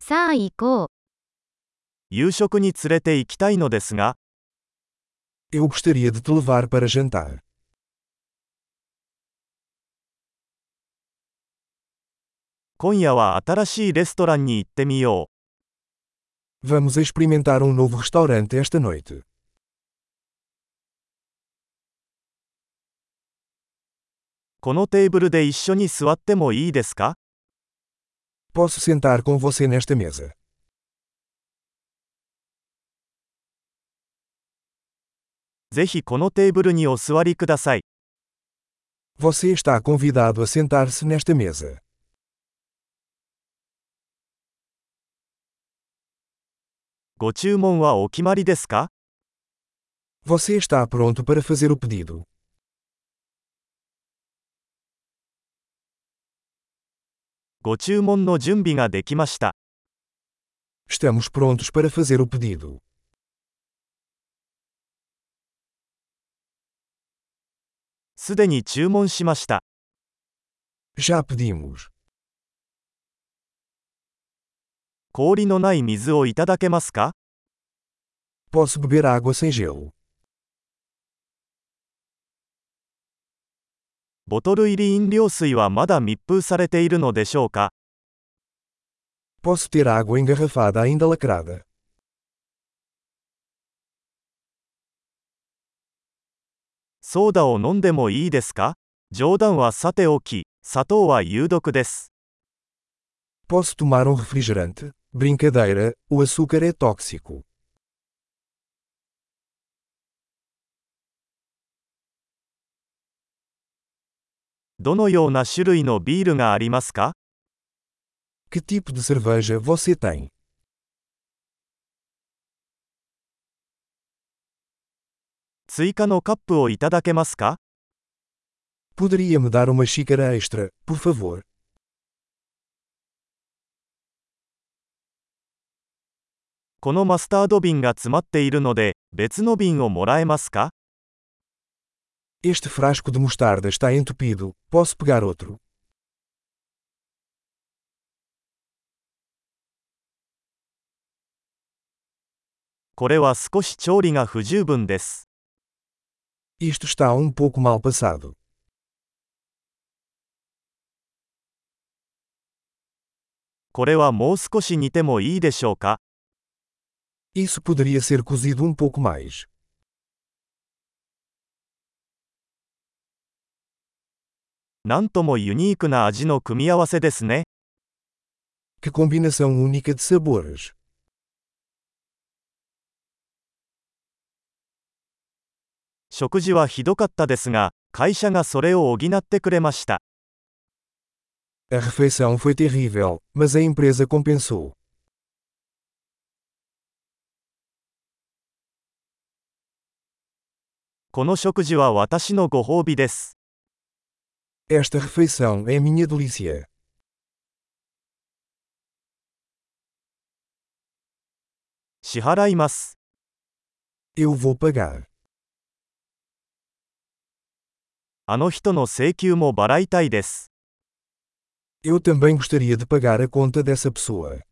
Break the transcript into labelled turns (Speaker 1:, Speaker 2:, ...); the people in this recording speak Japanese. Speaker 1: さあ行こう。
Speaker 2: 夕食に連れて行きたいのですが、
Speaker 3: Eu gostaria de te levar para jantar.
Speaker 2: 今夜は新しいレストランに行ってみよ
Speaker 3: Vamos experimentar um novo restaurante esta noite.
Speaker 2: う。このテーブルで一緒に座ってもいいですか
Speaker 3: Posso sentar com você nesta mesa.
Speaker 2: ぜひこのテーブルにお座りください。
Speaker 3: Você está convidado a sentar-se nesta mesa.
Speaker 2: ご注文はお決まりですか
Speaker 3: Você está pronto para fazer o pedido.
Speaker 2: ご注文の準備ができました。
Speaker 3: Estamos prontos para fazer o pedido.
Speaker 2: すでに注文しました。
Speaker 3: Já pedimos.
Speaker 2: 氷のない水をいただけますか
Speaker 3: Posso beber água sem gelo.
Speaker 2: ボトル入り飲料水はまだ密封されているのでしょうか
Speaker 3: Posso ter água engarrafada ainda lacrada.
Speaker 2: ソーダを飲んでもいいですか冗談はさておき、砂糖は有毒です。
Speaker 3: Posso tomar um refrigerante? Brincadeira, o açúcar é tóxico.
Speaker 2: どのような種類のビールがありますか
Speaker 3: Que tipo de cerveja você tem?
Speaker 2: 追加のカップをいただけますか
Speaker 3: Poderia me dar uma xícara extra, por favor?
Speaker 2: このマスタード瓶が詰まっているので、別の瓶をもらえますか
Speaker 3: Este frasco de mostarda está entupido, posso pegar outro?
Speaker 2: これは少し調理が不十分です。
Speaker 3: Isto está um pouco mal passado.
Speaker 2: これはもう少し煮てもいいでしょうか
Speaker 3: Isso poderia ser cozido um pouco mais.
Speaker 2: なんともユニークな味の組み合わせですね。
Speaker 3: Que combinação única de sabores!
Speaker 2: 食事はひどかったですが、会社がそれを補ってくれました。
Speaker 3: A refeição foi terrível, mas a empresa compensou.
Speaker 2: この食事は私のご褒美です。
Speaker 3: Esta refeição é minha delícia.
Speaker 2: 支払います。
Speaker 3: Eu vou pagar.
Speaker 2: あの人の請求も払いたいです。
Speaker 3: Eu também gostaria de pagar a conta dessa pessoa.